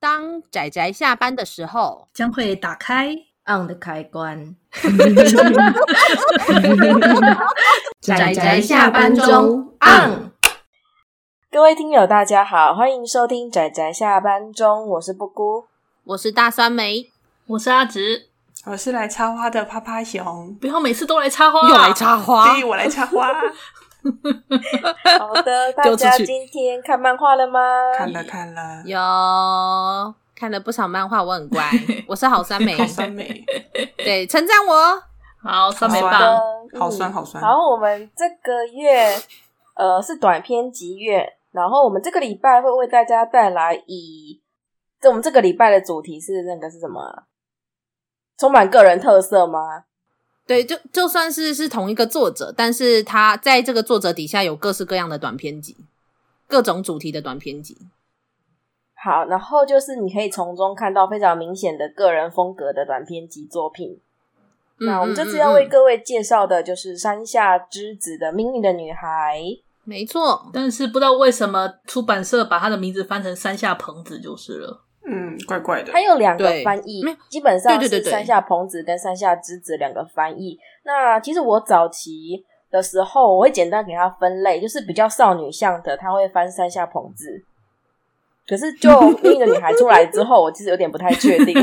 当仔仔下班的时候，将会打开。 on 的开 关。宅宅下班中 on。各位听友，大家好，欢迎收听仔仔下班中，我是布姑，我是大酸梅，我是阿直，我是来插花的啪啪熊，不要每次都来插花，啊又来。插花所以，我来插花。好 的，大丢出家去今天看漫画了吗？看了看了，有看了不少漫画，我很 乖，我是好酸梅，好酸梅，对，称赞我。好，酸梅好好棒啊，的，好嗯酸好酸然后我们这个月呃是短篇集月，然后我们这个礼拜会为大家带来以这我们这个礼拜的主题是那个是什么啊？充满个人特色吗？对，就就算是是同一个作者，但是他在这个作者底下有各式各样的短篇集，各种主题的短篇集。好，然后就是你可以从中看到非常明显的个人风格的短篇集作品。嗯那我们嗯这次嗯要为嗯各位介绍的就是山下之子的《命运的女孩》。嗯没错，但是不知道为什么出版社把他的名字翻成山下朋子就是了。嗯，怪怪的它。有两个对翻译没有，基本上对对是对对山下朋子跟山下之子两个翻译。那其实我早期的时候，我会简单给它分类，就是比较少女向的，他会翻山下朋子。可是 就《命运的女孩》出来之后，我其实有点不太确定，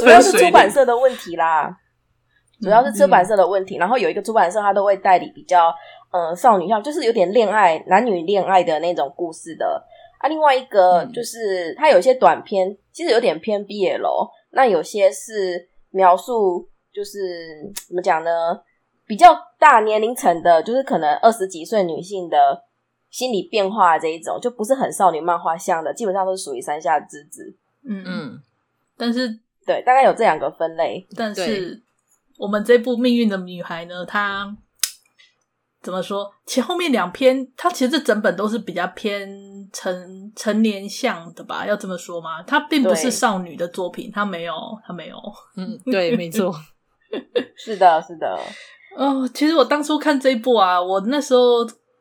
主要是出版社的问题啦，主嗯要是出版社的问题。然后有一个出版社，它都会代理比较嗯少女向，就是有点恋爱男女恋爱的那种故事的。啊，另外一个嗯就是它有一些短篇，其实有点偏 BL，那有些是描述就是嗯怎么讲呢，比较大年龄层的，就是可能二十几岁女性的心理变化这一种，就不是很少女漫画像的，基本上都是属于山下之子。嗯嗯，嗯，但是对，大概有这两个分类。但对是我们这部《命运的女孩》呢，她怎么说？前后面两篇，它其实这整本都是比较偏成成年向的吧？要这么说吗？它并不是对少女的作品，它没有，它没有。嗯，对，没错，是的，是的，哦，其实我当初看这一部啊，我那时候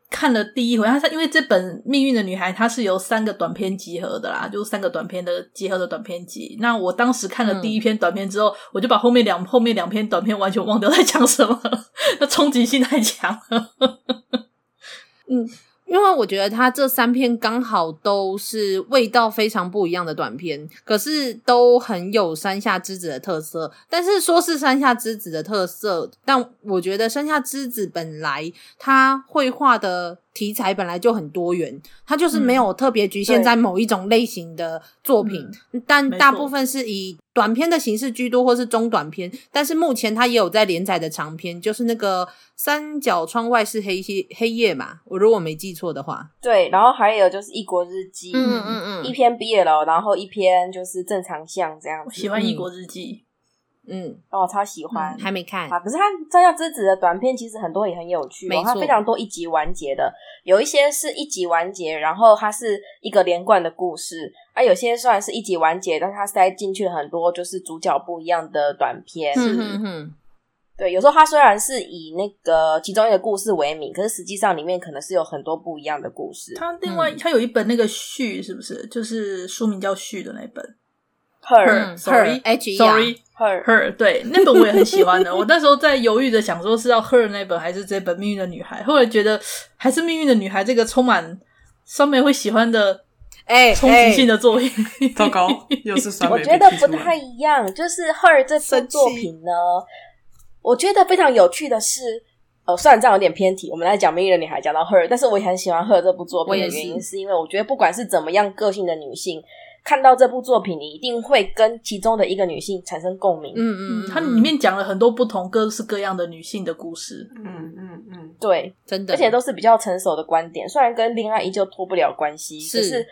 看了第一回，它是因为这本《命运的女孩》，它是由三个短篇集合的啦，就是三个短篇的集合的短篇集。那我当时看了第嗯一篇短篇之后，我就把后面两后面两篇短篇完全忘掉在讲什么，那冲击性太强了。因为我觉得他这三篇刚好都是味道非常不一样的短片，可是都很有山下之子的特色。但是说是山下之子的特色，但我觉得山下之子本来他绘画的题材本来就很多元，他就是没有特别局限在某一种类型的作品，但嗯没大错部分是以短篇的形式居多，或是中短篇。但是目前它也有在连载的长篇，就是那个《三角窗外是黑夜黑夜》嘛，我如果没记错的话。对。然后还有就是《异国日记》嗯一篇 BL，然后一篇就是正常向这样我子。喜欢《异国日记嗯哦，超喜欢。嗯，还没看。啊，可是他《山下之子》的短片其实很多也很有趣、没哦，它错非常多一集完结的，有一些是一集完结，然后它是一个连贯的故事，啊，有些虽然是一集完结，但它塞进去了很多就是主角不一样的短片。嗯哼哼，对，有时候它虽然是以那个其中一个故事为名，可是实际上里面可能是有很多不一样的故事。它另外嗯它有一本那个序，是不是？就是书名叫序的那一本。嗯 Her sorry H E R sorry Her Her 对那本我也很喜欢的，我那时候在犹豫着想说是要 Her 那本还是这本《命运的女孩》，后来觉得还是《命运的女孩》这个充满酸梅会喜欢的哎，冲击性的，的作品。糟糕，又是酸我梅觉被得踢不出太来。一样，就是《Her》这部生作气品呢，我觉得非常有趣的是，呃，虽然这样有点偏题，我们在讲《命运的女孩》讲到《Her》，但是我也很喜欢《Her》这部作我品也的是原因，是因为我觉得不管是怎么样个性的女性，看到这部作品，你一定会跟其中的一个女性产生共鸣。嗯嗯，嗯， 它里面讲了很多不同各式各样的女性的故事。嗯嗯嗯，对，真的，而且都是比较成熟的观点，虽然跟恋爱依旧脱不了关系，是可是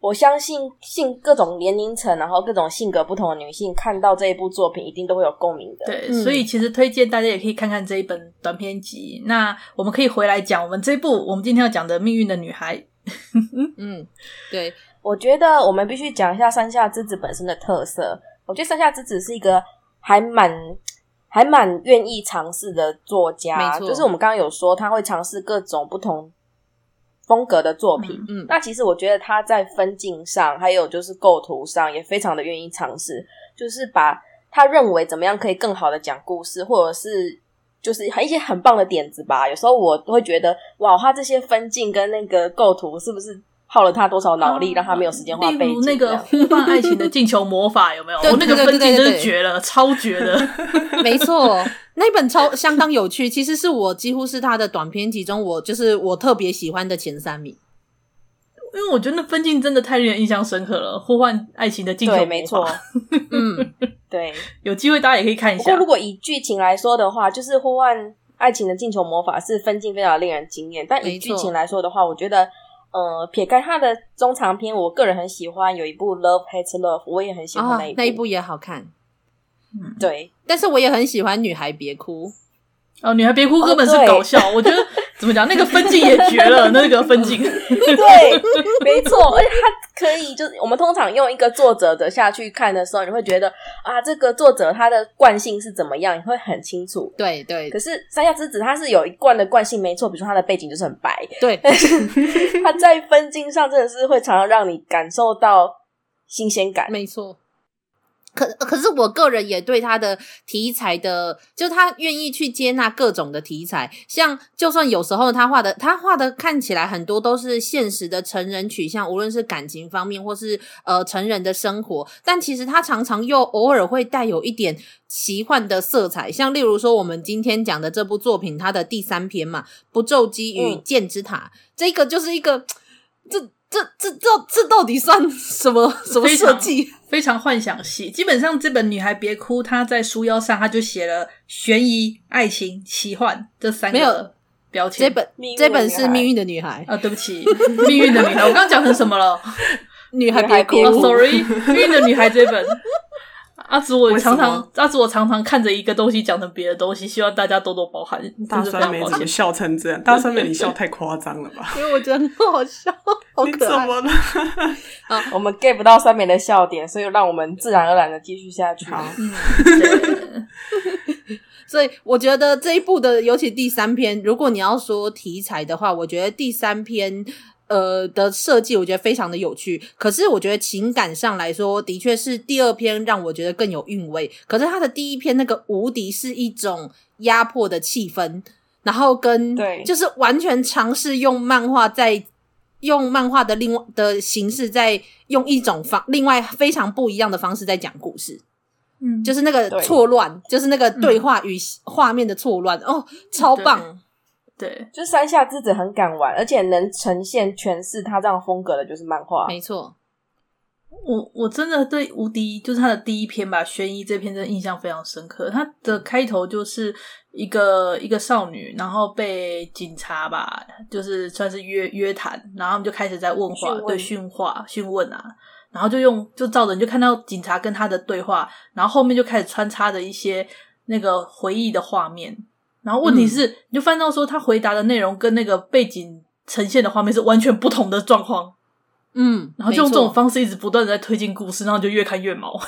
我相信性各种年龄层，然后各种性格不同的女性看到这一部作品，一定都会有共鸣的。对，嗯所以其实推荐大家也可以看看这一本短篇集。那我们可以回来讲我们这部我们今天要讲的《命运的女孩》。嗯，对，我觉得我们必须讲一下山下之子本身的特色。我觉得山下之子是一个还蛮还蛮愿意尝试的作家，没错就是我们刚刚有说他会尝试各种不同风格的作品。嗯那其实我觉得他在分镜上，还有就是构图上，也非常的愿意尝试，就是把他认为怎么样可以更好的讲故事，或者是就是很一些很棒的点子吧。有时候我会觉得，哇，他这些分镜跟那个构图是不是耗了他多少脑力，让他没有时间画背啊例景如这那个样？呼唤爱情的进球魔法有没有？对我那个对对分镜对真是对绝了，超绝的。没错，那本超相当有趣，其实是我几乎是他的短篇集中，我就是我特别喜欢的前三名。因为我觉得那分镜真的太令人印象深刻了，《呼唤爱情的进球魔对，法没错，嗯， 对。有机会大家也可以看一不下过，。如果以剧情来说的话，就是《呼唤爱情的进球魔法》是分镜非常令人惊艳。但以没错剧情来说的话，我觉得，呃，撇开它的中长篇，我个人很喜欢有一部《Love Hates Love》，我也很喜欢啊那一，部。那一部也好看，对，但是我也很喜欢《女孩别哭哦，女孩别哭哦根本是对搞 笑，我觉得怎么讲，那个分镜也绝了，那个分镜。对， 没错，而且它可以就是我们通常用一个作者的下去看的时候，你会觉得啊，这个作者他的惯性是怎么样，你会很清楚》。。对对可是山下之子他是有一贯的惯性，没错，比如说他的背景就是很白，对，他在分镜上真的是会常常让你感受到新鲜感。没错。可可是我个人也对他的题材的，就他愿意去接纳各种的题材，像就算有时候他画的，他画的看起来很多都是现实的成人取向，无论是感情方面或是呃成人的生活，但其实他常常又偶尔会带有一点奇幻的色彩，像例如说我们今天讲的这部作品，它的第三篇嘛，《不皱肌与嗯剑之塔》这个就是一个这这这这这到底算什么什么非设常计？非常幻想系。基本上这本《女孩别哭》，她在书腰上，她就写了悬疑、爱情、奇幻这三没有个标签。这本命运的这本是《女孩命运的女孩啊，对不起，《命运的女孩》，我刚刚讲成什么 了？哦》，女孩女孩别哭别哭，sorry，《命运的女孩》这本。阿紫，我为什常么常阿紫，我常常看着一个东西讲成别的东西，希望大家多多包涵。大真的非酸常梅抱怎么歉。笑成这样？大酸梅，你笑太夸张了吧？因为我觉得很好 笑，好你可怎爱。么了？ 我们 get 不到三美的笑点，所以让我们自然而然的继续下去。好，对所以我觉得这一部的，尤其第三篇，如果你要说题材的话，我觉得第三篇。呃的设计，我觉得非常的有趣。可是我觉得情感上来说，的确是第二篇让我觉得更有韵味。可是它的第一篇那个无敌是一种压迫的气氛，然后跟对就是完全尝试用漫画在用漫画的另外的形式，在用一种方另外非常不一样的方式在讲故事。嗯，就是那个对错乱，就是那个对话与画面的错乱，哦，超棒！对，就是山下之子很敢玩，而且能呈现诠释他这样风格的，就是漫画。没错，我我真的对无敌就是他的第一篇吧，悬疑这篇真的印象非常深刻。他的开头就是一个一个少女，然后被警察吧，就是算是约约谈，然后他们就开始在问话讯，问对训话讯问啊，然后就用就照着你就看到警察跟他的对话，然后后面就开始穿插着一些那个回忆的画面，然后问嗯题是、你就翻到说他回答的内容跟那个背景呈现的画面是完全不同的状况。嗯，然后就没用这错种方式一直不断的在推进故事，然后你就越看越毛。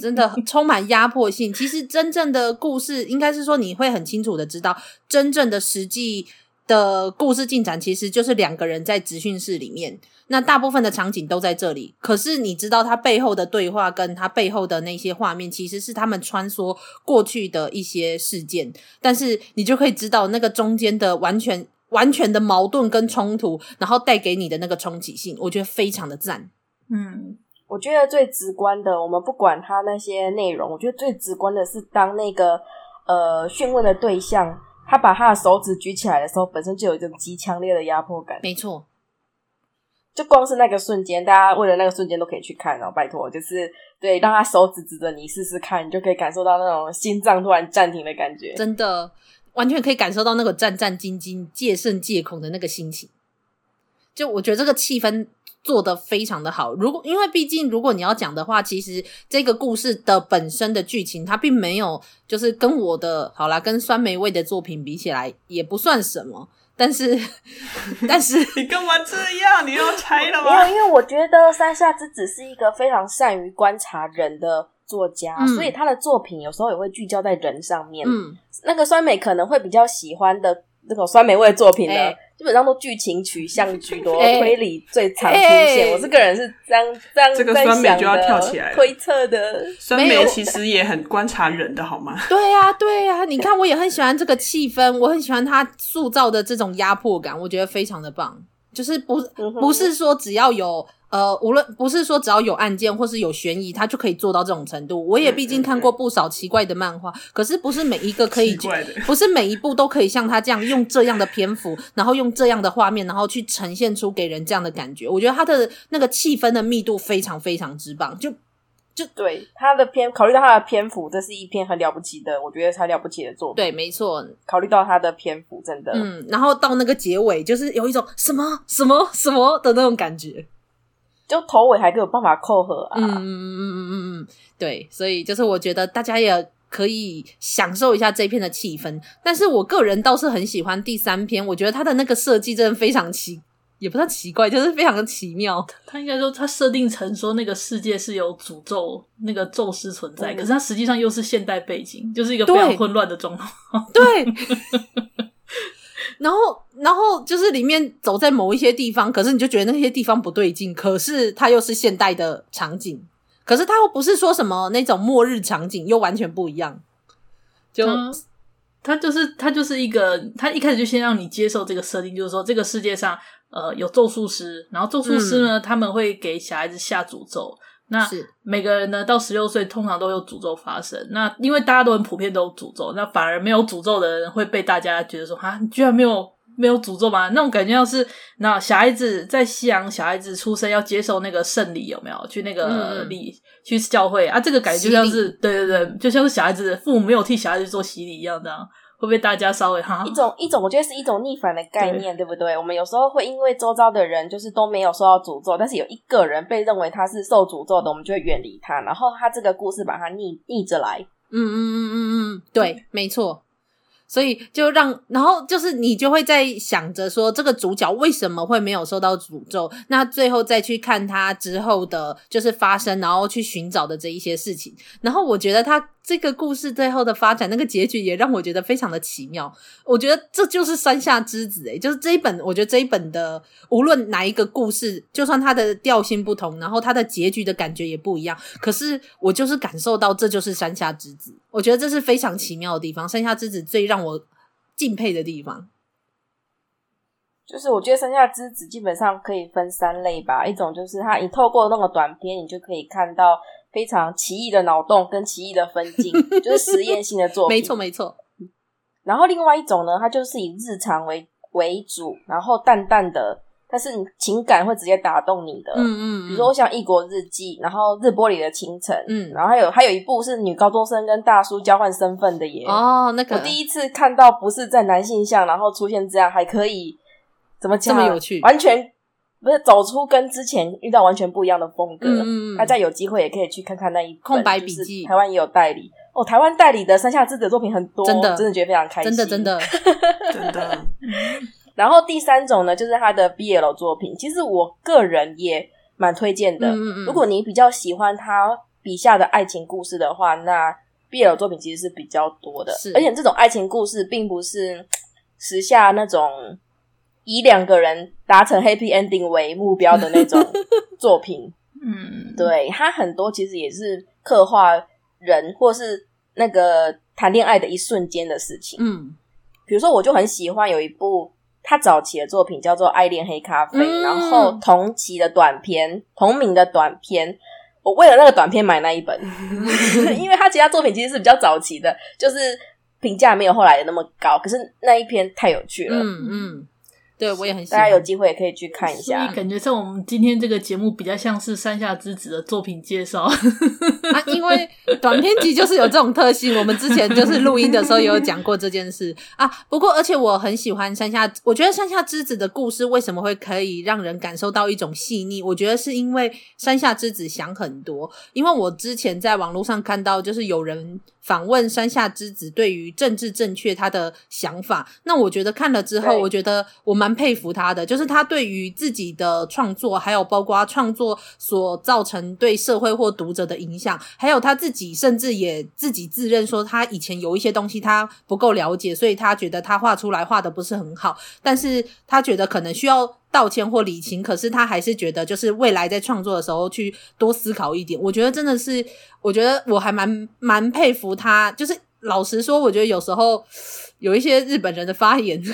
真的很充满压迫性。其实真正的故事，应该是说你会很清楚的知道，真正的实际的故事进展其实就是两个人在集训室里面，那大部分的场景都在这里。可是你知道他背后的对话，跟他背后的那些画面，其实是他们穿梭过去的一些事件，但是你就可以知道那个中间的完全。完全的矛盾跟冲突，然后带给你的那个冲击性，我觉得非常的赞。嗯，我觉得最直观的，我们不管他那些内容，我觉得最直观的是当那个呃询问的对象，他把他的手指举起来的时候，本身就有一种极强烈的压迫感。没错，就光是那个瞬间，大家为了那个瞬间都可以去看哦，拜托，就是对，让他手指指着你试试看，你就可以感受到那种心脏突然暂停的感觉。真的完全可以感受到那个战战兢兢、戒慎戒恐的那个心情。就我觉得这个气氛做得非常的好。如果因为毕竟如果你要讲的话，其实这个故事的本身的剧情，它并没有就是跟我的好啦，跟酸梅味的作品比起来也不算什么。但是， 但是你干嘛这样？你要拆了没有，吗？因为我觉得山下之子是一个非常善于观察人的作家，嗯所以他的作品有时候也会聚焦在人上面。嗯，那个酸梅可能会比较喜欢的那种酸梅味作品呢，哎就基本上都剧情取向居多，哎推理最常出哎现。我这个人是这样这样这个在酸梅想就要的跳起来了推测的。酸没有梅其实也很观察人的好吗？对呀、对呀、你看，我也很喜欢这个气氛，我很喜欢他塑造的这种压迫感，我觉得非常的棒。就是不嗯哼不是说只要有呃，无论不是说只要有案件或是有悬疑，他就可以做到这种程度。我也毕竟看过不少奇怪的漫画，可是不是每一个可以嗯奇怪的，不是每一部都可以像他这样用这样的篇幅，然后用这样的画面，然后去呈现出给人这样的感觉。我觉得他的那个气氛的密度非常非常之棒，就对他的篇，考虑到他的篇幅，这是一篇很了不起的，我觉得很了不起的作品。对，没错，考虑到他的篇幅，真的，嗯，然后到那个结尾，就是有一种什么什么什么的那种感觉。就头尾还可以有办法扣合啊。嗯嗯嗯嗯嗯嗯，对，所以就是我觉得大家也可以享受一下这篇的气氛。但是我个人倒是很喜欢第三篇，我觉得它的那个设计真的非常奇，也不算奇怪，就是非常的奇妙。 他应该说，他设定成说那个世界是有诅咒那个宙斯存在，嗯可是他实际上又是现代背景，就是一个非常对混乱的状况。对。 然后，然后就是里面走在某一些地方，可是你就觉得那些地方不对劲，可是它又是现代的场景，可是它又不是说什么那种末日场景，又完全不一样。就、他嗯他就是他就是一个，他一开始就先让你接受这个设定，就是说这个世界上呃有咒术师，然后咒术师嗯呢、他们会给小孩子下诅咒。那是每个人呢，到十六岁通常都有诅咒发生。那因为大家都很普遍都有诅咒，那反而没有诅咒的人会被大家觉得说啊，你居然没有没有诅咒吗？那种感觉要是那小孩子在西洋，小孩子出生要接受那个圣礼有没有？去那个嗯礼、去教会啊，这个感觉就像是对对对，就像是小孩子父母没有替小孩子做洗礼一样的、啊，会被大家稍微哈一种一种，我觉得是一种逆反的概念，对不对？我们有时候会因为周遭的人就是都没有受到诅咒，但是有一个人被认为他是受诅咒的，我们就会远离他。然后他这个故事把他逆逆着来，嗯嗯嗯嗯嗯，对，没错。所以就让，然后就是你就会在想着说，这个主角为什么会没有受到诅咒？那最后再去看他之后的，就是发生，然后去寻找的这一些事情。然后我觉得他这个故事最后的发展，那个结局也让我觉得非常的奇妙。我觉得这就是山下之子、欸，就是这一本，我觉得这一本的无论哪一个故事，就算它的调性不同，然后它的结局的感觉也不一样，可是我就是感受到这就是山下之子，我觉得这是非常奇妙的地方，山下之子最让我敬佩的地方。就是我觉得《山下之子》基本上可以分三类吧，一种就是他你透过那个短片，你就可以看到非常奇异的脑洞跟奇异的分镜，就是实验性的作 品。没错，没错，然后另外一种呢，它就是以日常为为主，然后淡淡的，但是你情感会直接打动你的。嗯嗯，比如说像《异国日记》，然后《日玻璃的清晨》，嗯然后还有还有一部是女高中生跟大叔交换身份的耶。哦，那我个第一次看到不是在男性向，然后出现这样还可以怎么讲？啊这么有趣完全不是走出跟之前遇到完全不一样的风格。嗯嗯嗯大家有机会也可以去看看那一本空白就笔是记台湾也有代理哦，台湾代理的山下智的作品很多，真的真的觉得非常开心，真的真。 的，真的，然后第三种呢，就是他的 BL 作品，其实我个人也蛮推荐的。嗯嗯嗯如果你比较喜欢他笔下的爱情故事的话，那 BL 作品其实是比较多的是，而且这种爱情故事并不是嗯时下那种以两个人达成 happy ending 为目标的 那种作品。嗯，对，它很多其实也是刻画人或是那个谈恋爱的一瞬间的事情。嗯比如说，我就很喜欢有一部他早期的作品叫做《爱恋黑咖啡》，嗯然后同期的短片，同名的短片。我为了那个短片买那一 本，因为他其他作品其实是比较早期的，就是评价没有后来的那么高。可是那一篇太有趣了，嗯嗯，对我也很喜啊大欢家有机会也可以去看一嗯所以下。感觉像我们今天这个节目比较像是山下之子的作品介绍， 啊，因为短篇集就是有这种特性。我们之前就是录音的时候也有讲过这件事啊。不过，而且我很喜欢山下，我觉得山下之子的故事为什么会可以让人感受到一种细腻？我觉得是因为山下之子想很多。因为我之前在网络上看到，就是有人访问山下之子对于政治正确他的想法。那我觉得看了之后，对我觉得我蛮佩服他的，就是他对于自己的创作，还有包括创作所造成对社会或读者的影响，还有他自己甚至也自己自认说他以前有一些东西他不够了解，所以他觉得他画出来画的不是很好。但是他觉得可能需要道歉或理清，可是他还是觉得就是未来在创作的时候去多思考一点。我觉得真的是，我觉得我还蛮蛮佩服他，就是老实说，我觉得有时候 有一些日本人的发言，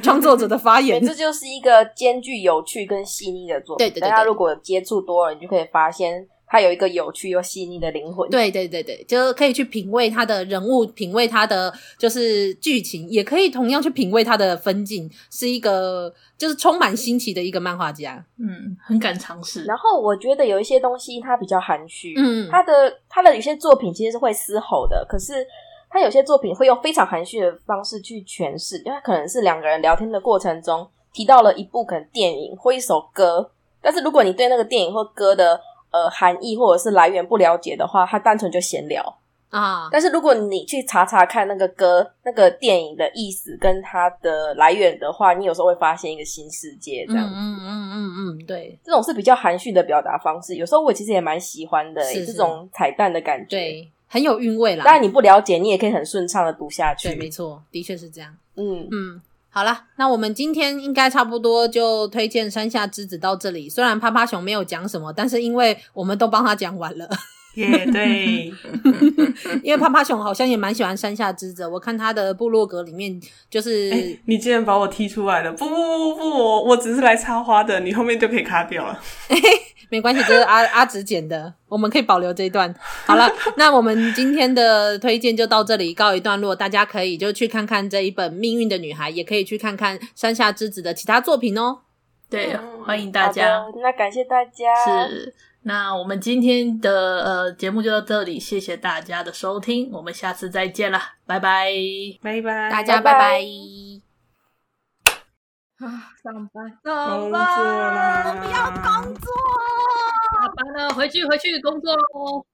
创作者的发对，言这就是一个兼具有趣跟细腻的作品。对对对大家如果接触多了，你就可以发现它有一个有趣又细腻的灵 魂。，对对对对，就是可以去品味他的人物，品味他的就是剧情，也可以同样去品味他的分镜，是一个就是充满新奇的一个漫画家。嗯，很敢尝试然。后我觉得有一些东西它比较含蓄，嗯他的他的有些作品其实是会嘶吼的，可是他有些作品会用非常含蓄的方式去诠释，因为他可能是两个人聊天的过程中提到了一部可能电影或一首歌，但是如果你对那个电影或歌的呃含义或者是来源不了解的话，他单纯就闲聊。啊，但是如果你去查查看那个歌、那个电影的意思跟它的来源的话，你有时候会发现一个新世界。嗯这样，嗯嗯嗯嗯，对这种是比较含蓄的表达方式，有时候我其实也蛮喜欢的、是是这种彩蛋的感觉。对，很有韵味啦。当然你不了解，你也可以很顺畅的读下对，没去。错，的确是这样。嗯，嗯，好啦，那我们今天应该差不多就推荐山下之子到这里。虽然趴趴熊没有讲什么，但是因为我们都帮他讲完了，耶、对，因为趴趴熊好像也蛮喜欢山下之子的，我看他的部落格里面就是。哎、你竟然把我踢出来了！不不不不，我我只是来插花的，你后面就可以卡掉了。没关系，这是阿 阿直剪的，我们可以保留这一段。好了，那我们今天的推荐就到这里告一段落，大家可以就去看看这一本《命运的女孩》，也可以去看看山下之子的其他作品哦。对，欢迎好大的家。那感谢大家，是，那我们今天的呃节目就到这里，谢谢大家的收听，我们下次再见啦，拜拜。拜拜，大家拜拜拜拜啊，上班，工作啦！我不要工作。下班了，回去回去工作喽。